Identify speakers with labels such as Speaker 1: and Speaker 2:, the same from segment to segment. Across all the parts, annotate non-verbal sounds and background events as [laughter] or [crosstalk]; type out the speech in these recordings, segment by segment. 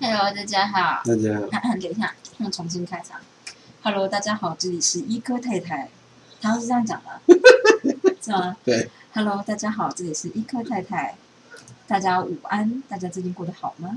Speaker 1: Hello，大家好。 [laughs]
Speaker 2: 大家好，
Speaker 1: 等一下，我重新开场。Hello，大家好，这里是一哥太太。他是这样讲的，是吗？
Speaker 2: 对。
Speaker 1: Hello，大家好，这里是一哥太太。大家午安，大家最近过得好吗？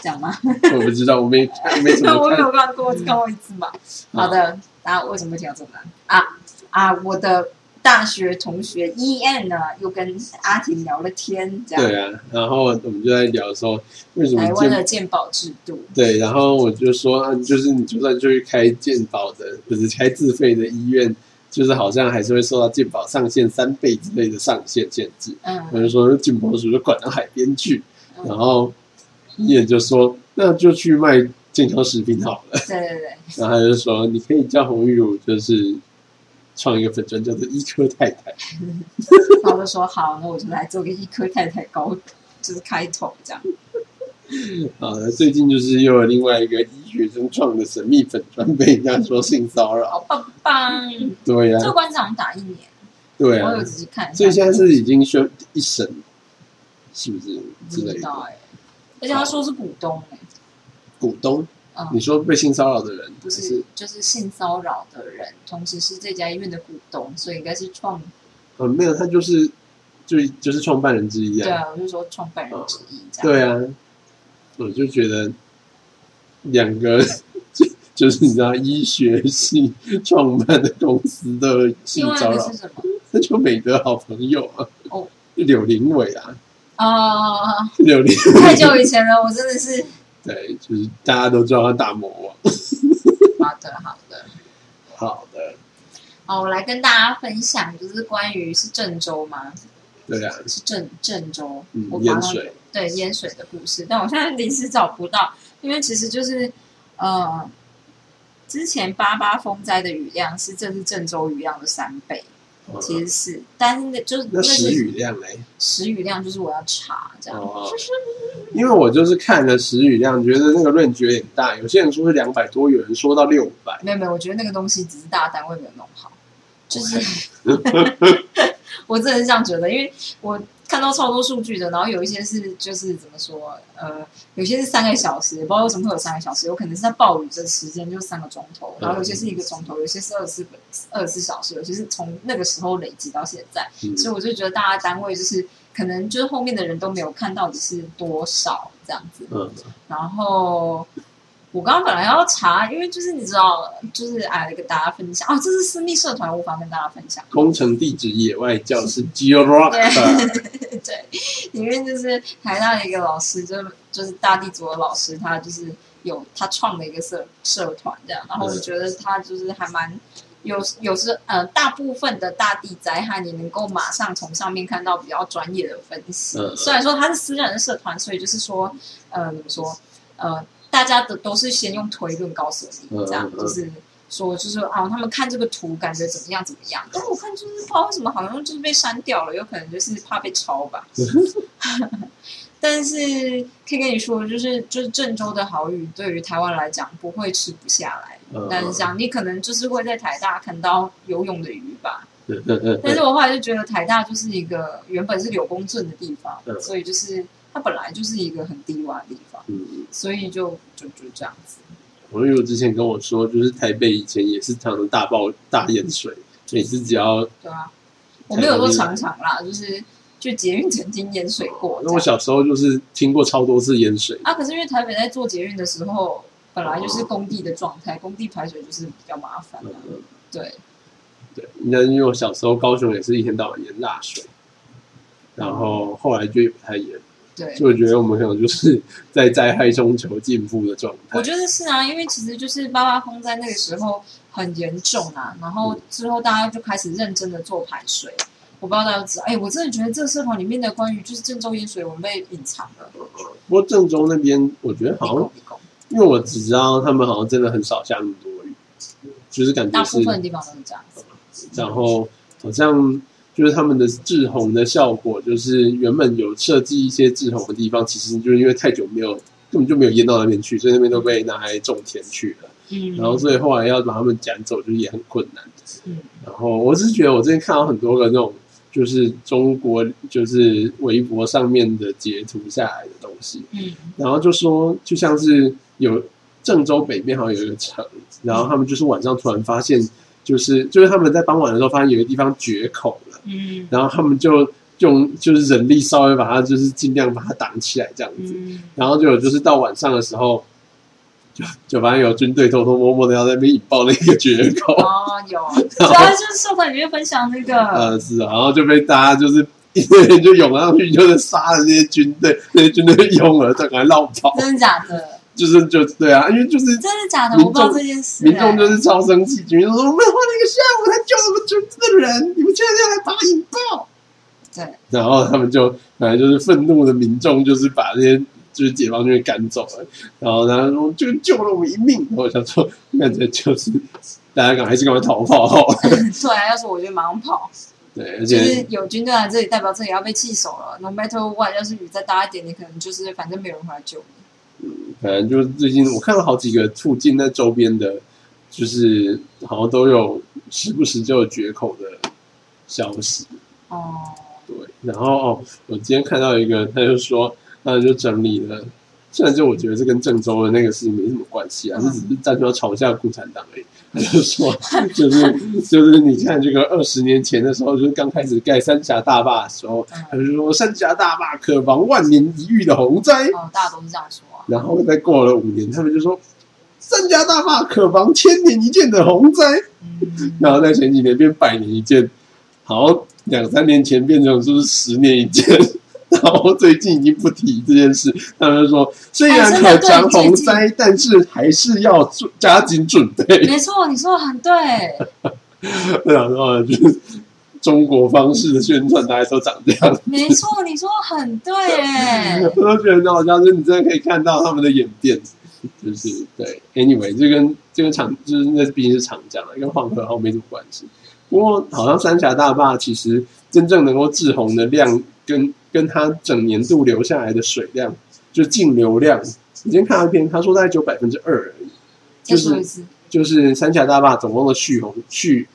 Speaker 1: 这样吗？
Speaker 2: 我不知道，我没没怎
Speaker 1: [laughs] 我
Speaker 2: 么
Speaker 1: 没
Speaker 2: 看。
Speaker 1: 有看过，只看过一次嘛。好的，大家为什么会听到这个呢？啊啊，我的大学同学 E N 呢，又跟阿婷聊了天，这样。
Speaker 2: 对啊，然后我们就在聊说为什么
Speaker 1: 台湾
Speaker 2: 健
Speaker 1: 的鉴宝制度，
Speaker 2: 对，然后我就说，啊就是你就算去开健保的，不是开自费的医院，就是好像还是会受到健保上限三倍之类的上限限制。
Speaker 1: 嗯
Speaker 2: 我就说健保署就管到海边去，
Speaker 1: 嗯
Speaker 2: 然后医院就说那就去卖健康食品好了。
Speaker 1: 对对对，
Speaker 2: 然后他就说你可以叫红玉茹，就是创一个粉专叫做医科太太。
Speaker 1: 然后我就说好，那我就来做个一颗太太高，就是开头这样。
Speaker 2: 啊，最近就是又有另外一个医学生创的神秘粉专被人家说性骚扰，
Speaker 1: 好棒棒！
Speaker 2: 对呀、
Speaker 1: 这个官长打一年，
Speaker 2: 嗯对呀、
Speaker 1: 我有仔细看一下，
Speaker 2: 所以现在是已经宣一审，是不是
Speaker 1: 不
Speaker 2: 之类
Speaker 1: 知
Speaker 2: 的？
Speaker 1: 道哎、而且他说是股东哎、
Speaker 2: 股东，你
Speaker 1: 嗯，
Speaker 2: 说被性骚扰的人
Speaker 1: 不
Speaker 2: 还
Speaker 1: 是，就是性骚扰的人，同时是这家医院的股东，所以应该是创
Speaker 2: 啊，没有，他就是就就是创办人之一
Speaker 1: 对啊，
Speaker 2: 啊，
Speaker 1: 我就说创办人之一这样。
Speaker 2: 对啊，我就觉得两个 [laughs] 就就是你知道医学系创办的公司的性
Speaker 1: 另外
Speaker 2: 骚
Speaker 1: 一个
Speaker 2: 扰，
Speaker 1: 是什么？
Speaker 2: 那就美德好朋友啊，
Speaker 1: 哦，
Speaker 2: 柳林伟啊。
Speaker 1: 哦，
Speaker 2: 柳林
Speaker 1: 太久以前了，我真的是
Speaker 2: 对，就是大家都知道他大魔王。
Speaker 1: 好的好的。
Speaker 2: 好的，
Speaker 1: 好，我来跟大家分享，就是关于是郑州吗？
Speaker 2: 对啊，
Speaker 1: 是郑郑州，
Speaker 2: 嗯
Speaker 1: 我，马
Speaker 2: 淹
Speaker 1: 上
Speaker 2: 水，
Speaker 1: 对淹水的故事，但我现在临时找不到，因为其实就是呃，之前八八风灾的雨量是这是郑州雨量的三倍，
Speaker 2: 嗯
Speaker 1: 其实是，但是那就是
Speaker 2: 那
Speaker 1: 是
Speaker 2: 时雨量嘞，
Speaker 1: 时雨量就是我要查这样，
Speaker 2: 哦，因为我就是看了时雨量，觉得那个论据有点大，有些人说是两百多，有人说到六百，
Speaker 1: 没有没有，我觉得那个东西只是大单位没有弄好，就是 [laughs] 我真的是这样觉得，因为我看到超多数据的，然后有一些是就是怎么说，呃，有些是三个小时，不知道为什么会有三个小时，有可能是在暴雨的时间就三个钟头，然后有些是一个钟头，有些是二十四二十四小时，有些是从那个时候累积到现在，
Speaker 2: 嗯
Speaker 1: 所以我就觉得大家单位就是可能就是后面的人都没有看到的是多少这样子，
Speaker 2: 嗯，
Speaker 1: 然后我刚刚本来要查，因为就是你知道，就是哎，跟大家分享啊，这是私密社团，无法跟大家分享。
Speaker 2: 工程地质野外教室 g e o r o c
Speaker 1: [laughs] 对，里面就是台大的一个老师，就是就是大地组的老师，他就是有他创了一个社社团这样，然后我
Speaker 2: 嗯
Speaker 1: 觉得他就是还蛮。有有时呃，大部分的大地灾害，你能够马上从上面看到比较专业的分析。
Speaker 2: 嗯
Speaker 1: 虽然说它是私人的社团，所以就是说，呃，怎么说，呃，大家的都是先用推论告诉你，
Speaker 2: 嗯
Speaker 1: 这样
Speaker 2: 嗯嗯
Speaker 1: 就是说，就是啊，他们看这个图感觉怎么样怎么样， [laughs] 但我看就是不知道为什么好像就是被删掉了，有可能就是怕被抄
Speaker 2: [laughs]
Speaker 1: 吧。但是可以跟你说，就是就是郑州的好雨，对于台湾来讲不会吃不下来。
Speaker 2: 嗯
Speaker 1: 但是讲你可能就是会在台大看到游泳的鱼
Speaker 2: [laughs]
Speaker 1: 吧。但是我后来就觉得台大就是一个原本是柳公圳的地方，
Speaker 2: 嗯
Speaker 1: 所以就是它本来就是一个很低洼的地方，
Speaker 2: 嗯，
Speaker 1: 所以就就就这样子。
Speaker 2: 朋友之前跟我说，就是台北以前也是常常大暴大淹水，每次只要
Speaker 1: 对啊，我没有说常常啦，就是就捷运曾经淹水过这
Speaker 2: 那我
Speaker 1: 样。
Speaker 2: 小时候就是听过超多次淹水，
Speaker 1: 啊，可是因为台北在做捷运的时候，本来
Speaker 2: 哦
Speaker 1: 就是工地的状态，工地排水就是比较麻烦
Speaker 2: 嗯
Speaker 1: 啊。
Speaker 2: 嗯，
Speaker 1: 对，
Speaker 2: 对，那因为我小时候高雄也是一天到晚淹大水，然后后来就也不太淹，
Speaker 1: 对，
Speaker 2: 所以我觉得我们可能就是 [laughs] 在灾害中求进步的状态
Speaker 1: 我。觉得是啊，因为其实就是八八风灾那个时候很严重啊，然
Speaker 2: 嗯
Speaker 1: 后之后大家就开始认真的做排水。我不知道大家知道，哎，我真的觉得这个社团里面的关于就是郑州淹水文被隐藏了。
Speaker 2: 不过郑州那边，我觉得好像，
Speaker 1: 理工
Speaker 2: 因为我只知道他们好像真的很少下那么多雨，就是感
Speaker 1: 大
Speaker 2: 觉
Speaker 1: 部
Speaker 2: 是，
Speaker 1: 分的地方都是这样子。
Speaker 2: 然后好像就是他们的制洪的效果，就是原本有设计一些制洪的地方，其实就是因为太久没有，根本就没有淹到那边去，所以那边都被拿来种田去了。
Speaker 1: 嗯，
Speaker 2: 然后所以后来要把他们赶走，就是也很困难。
Speaker 1: 嗯
Speaker 2: 然后我只是觉得，我最近看到很多个那种就是中国就是微博上面的截图下来的东西，
Speaker 1: 嗯
Speaker 2: 然后就说就像是有郑州北边好像有一个城，然后他们就是晚上突然发现，就是就是他们在傍晚的时候发现有一个地方决口了，
Speaker 1: 嗯
Speaker 2: 然后他们就用就是人力稍微把它就是尽量把它挡起来这样子，
Speaker 1: 嗯，
Speaker 2: 然后就有就是到晚上的时候。就就反正有军队偷偷摸摸的要在那边引爆那个决口，
Speaker 1: [laughs] 哦有，主要就是社团里面分享那个，
Speaker 2: 呃，是啊，然后就被大家就是一堆人就涌上去，就是杀了那些军队，那些军队拥了，再赶快绕跑，
Speaker 1: 真的假的？
Speaker 2: 就是就对啊，因为就是
Speaker 1: 真的假的？
Speaker 2: 民
Speaker 1: 我
Speaker 2: 众
Speaker 1: 不知道这件事、
Speaker 2: 民
Speaker 1: [laughs]
Speaker 2: 众就
Speaker 1: 哎
Speaker 2: 是超生气，民众说我们花了一个下午才救了军队的人，你们现在要来把他引爆，
Speaker 1: 对，
Speaker 2: 然后他们就反正就是愤怒的民众，就是把那些。就是解放军赶走了，然后他说就救了我们一命。然后我想说，感觉就是大家赶快还是赶快逃跑 [laughs] 好了。
Speaker 1: 突然啊要说我就马上跑，
Speaker 2: 对，而
Speaker 1: 就
Speaker 2: 且
Speaker 1: 是有军队来这里，代表这里要被气手了。No matter what，要是雨再大一点，你可能就是反正没有人会来救你。
Speaker 2: 反正就是最近我看到好几个附近在周边的，就是好像都有时不时就有绝口的消息。
Speaker 1: 哦，
Speaker 2: 对，然后哦，我今天看到一个，他就说，他就整理了，虽然就我觉得这跟郑州的那个事情没什么关系啊，
Speaker 1: 嗯
Speaker 2: 这只是站出来嘲笑共产党而已。他就说，就是就是你看这个二十年前的时候，就是刚开始盖三峡大坝的时候，他
Speaker 1: 嗯，
Speaker 2: 就说三峡大坝可防万年一遇的洪灾。
Speaker 1: 哦，大家都是这样说啊。
Speaker 2: 然后再过了五年，他们就说三峡大坝可防千年一见的洪灾，
Speaker 1: 嗯，
Speaker 2: 然后在前几年变百年一见，好像两三年前变成就是十年一见， [laughs] 然后最近已经不提这件事，他们就说虽然可防洪灾，但是还是要做加紧准备。 [laughs]
Speaker 1: 没错，你说的很对。
Speaker 2: 然后就是中国方式的宣传，大概都长这样。
Speaker 1: 没错，你说得很对
Speaker 2: [laughs]
Speaker 1: 哎，
Speaker 2: 我都觉得很好笑，就是你真的可以看到他们的演变， [laughs] 就是对。Anyway，这跟这跟厂就是那毕竟是厂家嘛，跟黄河号没什么关系。不过好像三峡大坝其实真正能够治洪的量，跟跟它整年度流下来的水量，就是净流量。我今天看到一篇，他说大概只有百分之二而已，
Speaker 1: 再
Speaker 2: 就
Speaker 1: 说一
Speaker 2: 是
Speaker 1: 次，
Speaker 2: 就是三峡大坝总共的蓄洪蓄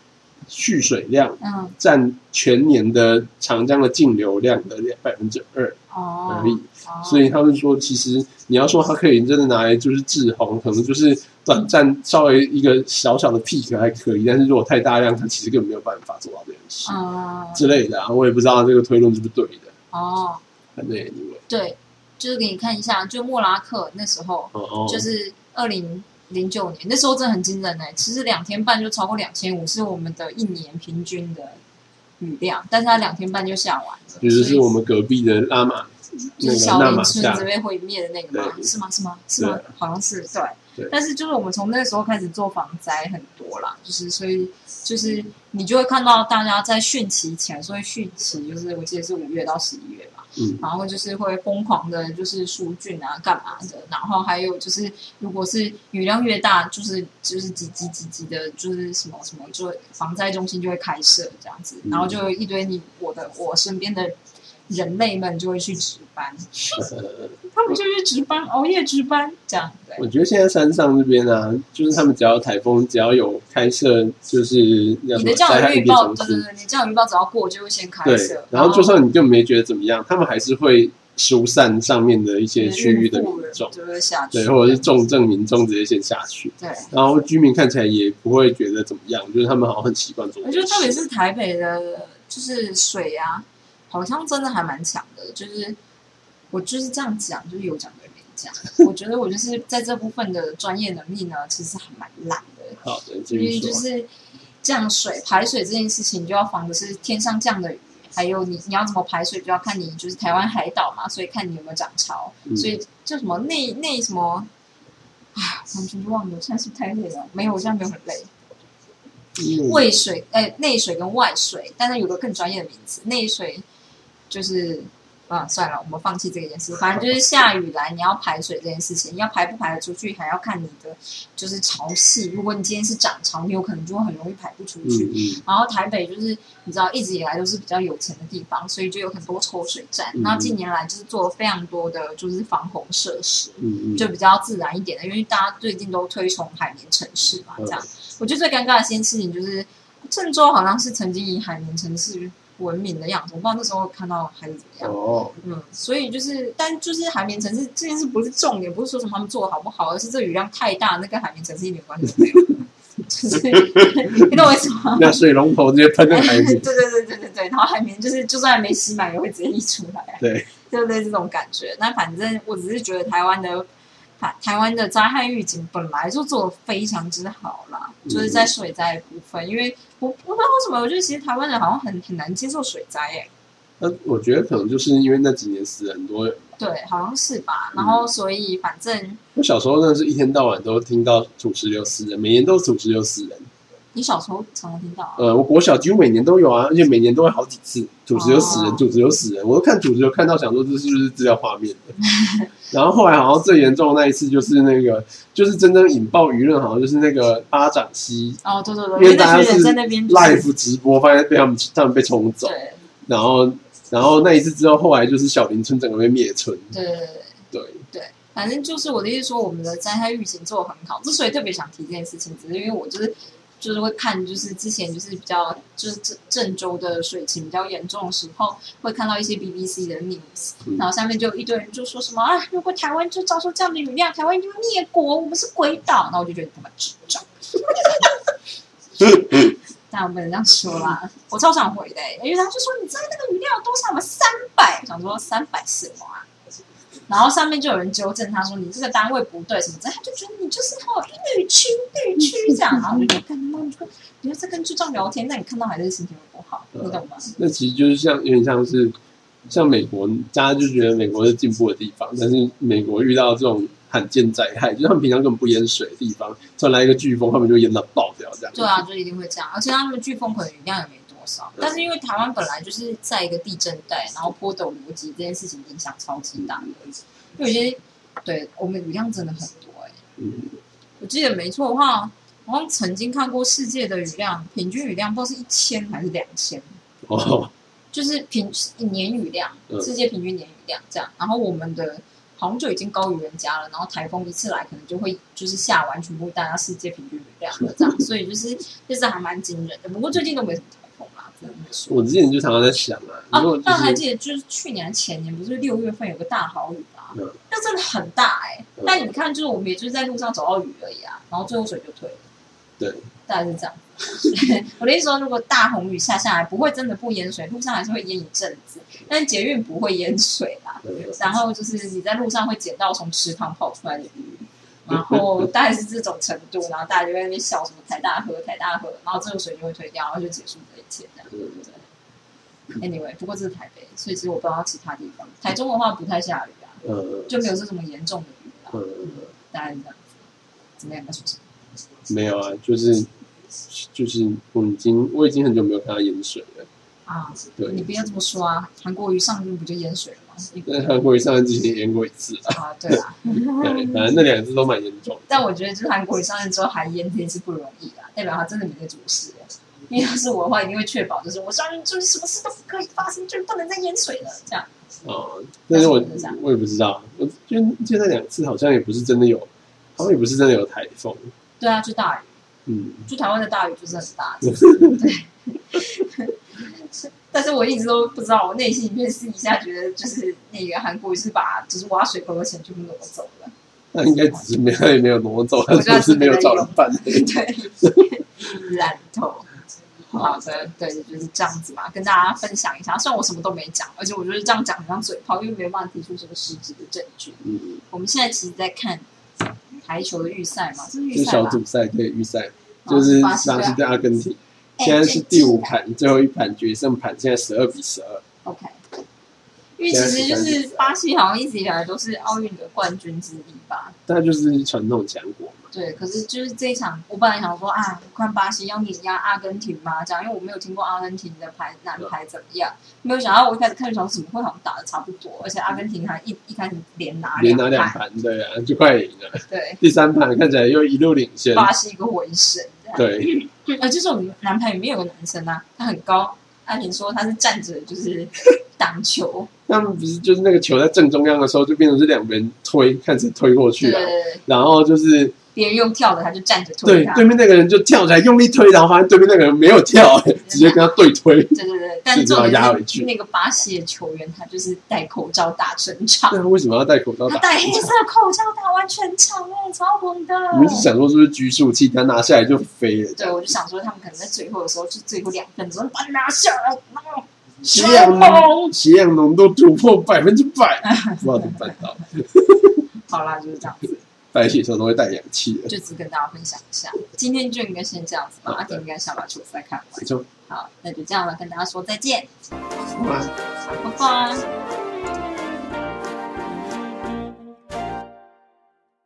Speaker 2: 蓄水量
Speaker 1: 嗯，
Speaker 2: 占全年的长江的净流量的百分之二
Speaker 1: 哦
Speaker 2: 而，已。
Speaker 1: 哦
Speaker 2: 所以他们说，其实你要说它可以真的拿来就是治洪，可能就是短暂稍微一个小小的 peak 还可以，但是如果太大量，它其实根本没有办法做到这件事、
Speaker 1: 嗯，
Speaker 2: 之类的啊。我也不知道这个推论是不是对的，
Speaker 1: 哦，
Speaker 2: 反正 anyway，
Speaker 1: 对，就是给你看一下，就莫拉克那时候，
Speaker 2: 哦哦，
Speaker 1: 就是二零零九年，那时候真的很惊人哎、其实两天半就超过两千五，是我们的一年平均的雨量，但是它两天半就下完了，
Speaker 2: 也就是
Speaker 1: 所以
Speaker 2: 我们隔壁的拉玛
Speaker 1: 就
Speaker 2: 那
Speaker 1: 是
Speaker 2: 个
Speaker 1: 小
Speaker 2: 纳
Speaker 1: 林
Speaker 2: 玛
Speaker 1: 村
Speaker 2: 夏
Speaker 1: 这，边毁灭的那个嘛，
Speaker 2: 对
Speaker 1: 是吗？是吗？是吗？好像是对。
Speaker 2: 对
Speaker 1: 但是就是我们从那时候开始做防灾很多啦，就是所以就是你就会看到大家在汛期前，所以汛期就是我记得是五月到十一月吧，
Speaker 2: 嗯
Speaker 1: 然后就是会疯狂的就是疏浚啊干嘛的，然后还有就是如果是雨量越大，就是就是几几几几的，就是什么什么就防灾中心就会开设这样子，
Speaker 2: 嗯
Speaker 1: 然后就有一堆你我的我身边的人类们就会去值
Speaker 2: [laughs]
Speaker 1: 班，
Speaker 2: 呃
Speaker 1: 他们就去值班，熬夜值班这样。对，
Speaker 2: 我觉得现在山上这边啊，就是他们只要台风，只要有开设，就是
Speaker 1: 你
Speaker 2: 叫什
Speaker 1: 的
Speaker 2: 么
Speaker 1: 降
Speaker 2: 灾害
Speaker 1: 雨
Speaker 2: 应
Speaker 1: 预
Speaker 2: 变
Speaker 1: 报，对
Speaker 2: 中
Speaker 1: 对
Speaker 2: 心，
Speaker 1: 对，你降雨预报只要过就会先开
Speaker 2: 对
Speaker 1: 设，，
Speaker 2: 然后就算你根本没觉得怎么样，他们还是会疏散上面的一些区域的民众，
Speaker 1: 就会下去，
Speaker 2: 对，或者是重症民众直接先下去，
Speaker 1: 对。
Speaker 2: 然后居民看起来也不会觉得怎么样，就是他们好像很习惯做
Speaker 1: 我
Speaker 2: 这
Speaker 1: 觉
Speaker 2: 件
Speaker 1: 得
Speaker 2: 事。
Speaker 1: 特别是台北的，就是水啊，好像真的还蛮强的。就是我就是这样讲，就是有讲对没讲。我觉得我就是在这部分的专业能力呢，其实还蛮烂的。
Speaker 2: 好的，继
Speaker 1: 因为
Speaker 2: 续
Speaker 1: 就
Speaker 2: 说，
Speaker 1: 是降水排水这件事情，就要防的是天上降的雨，还有你你要怎么排水，就要看你就是台湾海岛嘛，所以看你有没有涨潮，
Speaker 2: 嗯
Speaker 1: 所以叫什么内内什么，啊，完全忘了，我现在是不是太累了？没有，我现在没有很累。
Speaker 2: 因为
Speaker 1: 渭水，哎、内水跟外水，但是有个更专业的名词，内水就是，啊，算了，我们放弃这件事。反正就是下雨来，你要排水这件事情，要排不排得出去，还要看你的就是潮汐。如果你今天是涨潮，你有可能就会很容易排不出去。
Speaker 2: 嗯嗯，
Speaker 1: 然后台北就是你知道一直以来都是比较有钱的地方，所以就有很多抽水站。
Speaker 2: 嗯
Speaker 1: 然后近年来就是做了非常多的就是防洪设施，
Speaker 2: 嗯嗯，
Speaker 1: 就比较自然一点的，因为大家最近都推崇海绵城市嘛，这样。我觉得最尴尬的一件事情就是，郑州好像是曾经以海绵城市文明的样子。我不知道那时候看到还是怎么样。 [laughs]
Speaker 2: 哦，
Speaker 1: 嗯，所以就是，但就是海绵城市这件事不是重点，不是说什么他们做的好不好，而是这雨量太大，那跟海绵城市一点关系都没有。 [laughs] 就是你懂我意思吗？
Speaker 2: 那水龙头直接喷在海
Speaker 1: 对对 [laughs]
Speaker 2: 里，
Speaker 1: 对对对对，然后海绵就是就算没吸满也会直接溢出来啊，
Speaker 2: 对，
Speaker 1: 对不对？这种感觉。那反正我只是觉得台湾的台台湾的灾害预警本来就做的非常之好啦，
Speaker 2: 嗯
Speaker 1: 就是在水灾的部分，因为我我不知道为什么，我觉得其实台湾人好像很很难接受水灾诶、
Speaker 2: 那我觉得可能就是因为那几年死了很多人。
Speaker 1: 对，好像是吧。
Speaker 2: 嗯
Speaker 1: 然后所以反正
Speaker 2: 我小时候真的是一天到晚都听到土石流死人，每年都土石流死人。
Speaker 1: 你小时候常常听到、啊，
Speaker 2: 呃，我国小几乎每年都有啊，而且每年都会好几次土石流死人
Speaker 1: 哦，
Speaker 2: 土石流死人。我都看土石流看到想说这是不是资料画面的。 [laughs] 然后后来好像最严重的那一次就是那个，就是真正引爆舆论，好像就是那个巴掌溪
Speaker 1: 哦，对对
Speaker 2: 因
Speaker 1: 对，
Speaker 2: 为
Speaker 1: 那
Speaker 2: 大家
Speaker 1: 群人
Speaker 2: 是
Speaker 1: 在那边就是
Speaker 2: live 直播，发现被他们他们被冲走，
Speaker 1: 对
Speaker 2: 然后然后那一次之后，后来就是小林村整个被灭村。
Speaker 1: 对对对，
Speaker 2: 对，
Speaker 1: 反正就是我的意思说，我们的灾害预警做的很好。之所以特别想提这件事情，只是因为我就是就是会看，就是之前就是比较就是郑郑州的水情比较严重的时候，会看到一些 BBC 的 news，、
Speaker 2: 嗯
Speaker 1: 然后下面就有一堆人就说什么啊，如果台湾就遭受这样的雨量，台湾就灭国，我们是鬼岛。那我就觉得他妈智障。但我不能这样说啦，我超想回的、欸因为他就说你知道那个雨量有多少吗？三百，想说三百什么啊？然后上面就有人纠正他说你这个单位不对什么之类，他就觉得你就是哦绿区绿区这样，然后我就觉得干他妈你说你要在跟智障聊天，那你看到还是心情会不好，你懂吗？
Speaker 2: 那其实就是像有点像是像美国，大家就觉得美国是进步的地方，但是美国遇到这种罕见灾害，就是他们平常根本不淹水的地方，突然来一个飓风，他们就淹到爆掉这样。
Speaker 1: 对啊，就一定会这样，而且他们飓风可能雨量也没多少，但是因为台湾本来就是在一个地震带，然后波动逻辑这件事情影响超级大的，因为有些对我们雨量真的很多哎、
Speaker 2: 嗯，
Speaker 1: 我记得没错的话，我好像曾经看过世界的雨量，平均雨量不知道是一千还是两千，
Speaker 2: 哦，
Speaker 1: 就是平年雨量，
Speaker 2: 嗯
Speaker 1: 世界平均年雨量这样。然后我们的好像就已经高于人家了，然后台风一次来可能就会就是下完全部大家世界平均雨量了这样，
Speaker 2: [laughs]
Speaker 1: 所以就是就是还蛮惊人的。不过最近都没什么台风啦，只能这么说。
Speaker 2: 我之前就常常在想啊，
Speaker 1: 啊
Speaker 2: 如果，就
Speaker 1: 但还
Speaker 2: 是
Speaker 1: 记得就是去年前年不是六月份有个大豪雨啊
Speaker 2: 嗯，
Speaker 1: 那真的很大哎、
Speaker 2: 嗯
Speaker 1: 但你看，就是我们也就是在路上找到雨而已啊，然后最后水就退了。
Speaker 2: 对，
Speaker 1: 大概是这样。我的意思说，如果大红雨下下来，不会真的不淹水，路上还是会淹一阵子，但捷运不会淹水啦。
Speaker 2: 呃
Speaker 1: 然后就是你在路上会捡到从池塘跑出来的鱼，然后大概是这种程度，然后大家就在那边笑什么台大河台大河，然后这个水就会退掉，然后就结束这一切这样。Anyway，不过 [laughs] 这是台北，所以其实我不知道其他地方。台中的话不太下雨啊，
Speaker 2: 呃
Speaker 1: 就没有这种严重的雨啊，
Speaker 2: 呃，
Speaker 1: 大概是这样子。怎么样？要说什么
Speaker 2: 没有啊，就是就是我已经我已经很久没有看到淹水了。
Speaker 1: 啊？
Speaker 2: 对
Speaker 1: 你不要这么说啊！韩国瑜上任不就淹水了吗？你
Speaker 2: 但韩国瑜上任之前淹过一次啊，
Speaker 1: 啊，对啊。 [laughs]
Speaker 2: 对，反正那两次都蛮严重的。
Speaker 1: 但我觉得就是韩国瑜上任之后还淹天是不容易啦，代表他真的没在做事。因为要是我的话，一定会确保就是我上任就是什么事都不可以发生，就是不能再淹水了这样。
Speaker 2: 哦，但是我
Speaker 1: 呃那是不是这样
Speaker 2: 我也不知道，我就就那两次好像也不是真的有，好像也不是真的有台风，
Speaker 1: 对啊，就大雨，
Speaker 2: 嗯，
Speaker 1: 就台湾的大雨就是很大，对。 [laughs] 但是我一直都不知道，我内心里面私底下觉得，就是那个韩国瑜是把就是挖水沟的钱全部挪走了，
Speaker 2: 那应该只是没有也没有挪走，他
Speaker 1: 我知道
Speaker 2: 只是没有照人办。 [laughs]
Speaker 1: 对，烂透。好的，对，就是这样子嘛，跟大家分享一下。虽然我什么都没讲，而且我觉得这样讲很像嘴炮，因为没有办法提出什么实质的证据。
Speaker 2: 嗯，
Speaker 1: 我们现在其实在看台球的预赛嘛，这是
Speaker 2: 就
Speaker 1: 预赛
Speaker 2: 小
Speaker 1: 吧？
Speaker 2: 组赛对预赛，
Speaker 1: 哦
Speaker 2: 就是
Speaker 1: 巴西
Speaker 2: 巴
Speaker 1: 对
Speaker 2: 西
Speaker 1: 啊
Speaker 2: 对阿根廷，
Speaker 1: 哎
Speaker 2: 现在是第五
Speaker 1: 这
Speaker 2: 盘，最后一盘决胜盘，现在十二比十二。
Speaker 1: OK，因为其实就是巴西好像一直以来都是奥运的冠军之一吧。
Speaker 2: 但就是传统强国嘛，
Speaker 1: 对，可是就是这一场，我本来想说啊，看巴西要碾压阿根廷嘛，这样，因为我没有听过阿根廷的牌男
Speaker 2: 啊
Speaker 1: 排怎么样，没有想到我一开始看就想怎么会好像打的差不多，而且阿根廷还一一开始连拿
Speaker 2: 连拿两
Speaker 1: 啊盘，
Speaker 2: 盘，对啊，就快赢了。
Speaker 1: 对，
Speaker 2: 第三盘看起来又一路领先，
Speaker 1: 巴西一个回神这样。
Speaker 2: 对，
Speaker 1: 啊，就是我们男排里面有个男生啊，他很高，阿婷说他是站着就是 [laughs] 挡球，
Speaker 2: 他们不是就是那个球在正中央的时候，就变成是两个人推，看谁推过去
Speaker 1: 对
Speaker 2: 啊
Speaker 1: 对，对，对
Speaker 2: 然后就是
Speaker 1: 别人用跳的他就站着推
Speaker 2: 对
Speaker 1: 他，， [laughs]
Speaker 2: 对面那个人就跳起来用力推，然后发现对面那个人没有跳，直接跟他对推。
Speaker 1: 对对对，但重
Speaker 2: 要
Speaker 1: 点
Speaker 2: 压回
Speaker 1: 是
Speaker 2: 去
Speaker 1: 那个巴西的球员，他就是戴口罩打全场，
Speaker 2: 对啊，为什么要戴口罩
Speaker 1: 他
Speaker 2: 打？
Speaker 1: 戴黑色口罩打完全场哎、超猛的！
Speaker 2: 你们是想说是不是拘束器？他拿下来就飞了，
Speaker 1: 对，我就想说他们可能在最后的时候，就最后两分钟把你拿下来，嗯
Speaker 2: 血氧
Speaker 1: 哦
Speaker 2: 浓，血氧浓度突破百分之百，
Speaker 1: [laughs]
Speaker 2: 不知道怎么办到。
Speaker 1: 好啦，就是这样子，
Speaker 2: 白血球都会带氧气的，
Speaker 1: 就只跟大家分享一下。今天就应该先这样子吧，阿
Speaker 2: 好的
Speaker 1: 婷应该想把球赛看完
Speaker 2: 没。错。
Speaker 1: 好，那就这样了，跟大家说再见，
Speaker 2: 哇
Speaker 1: 拜拜。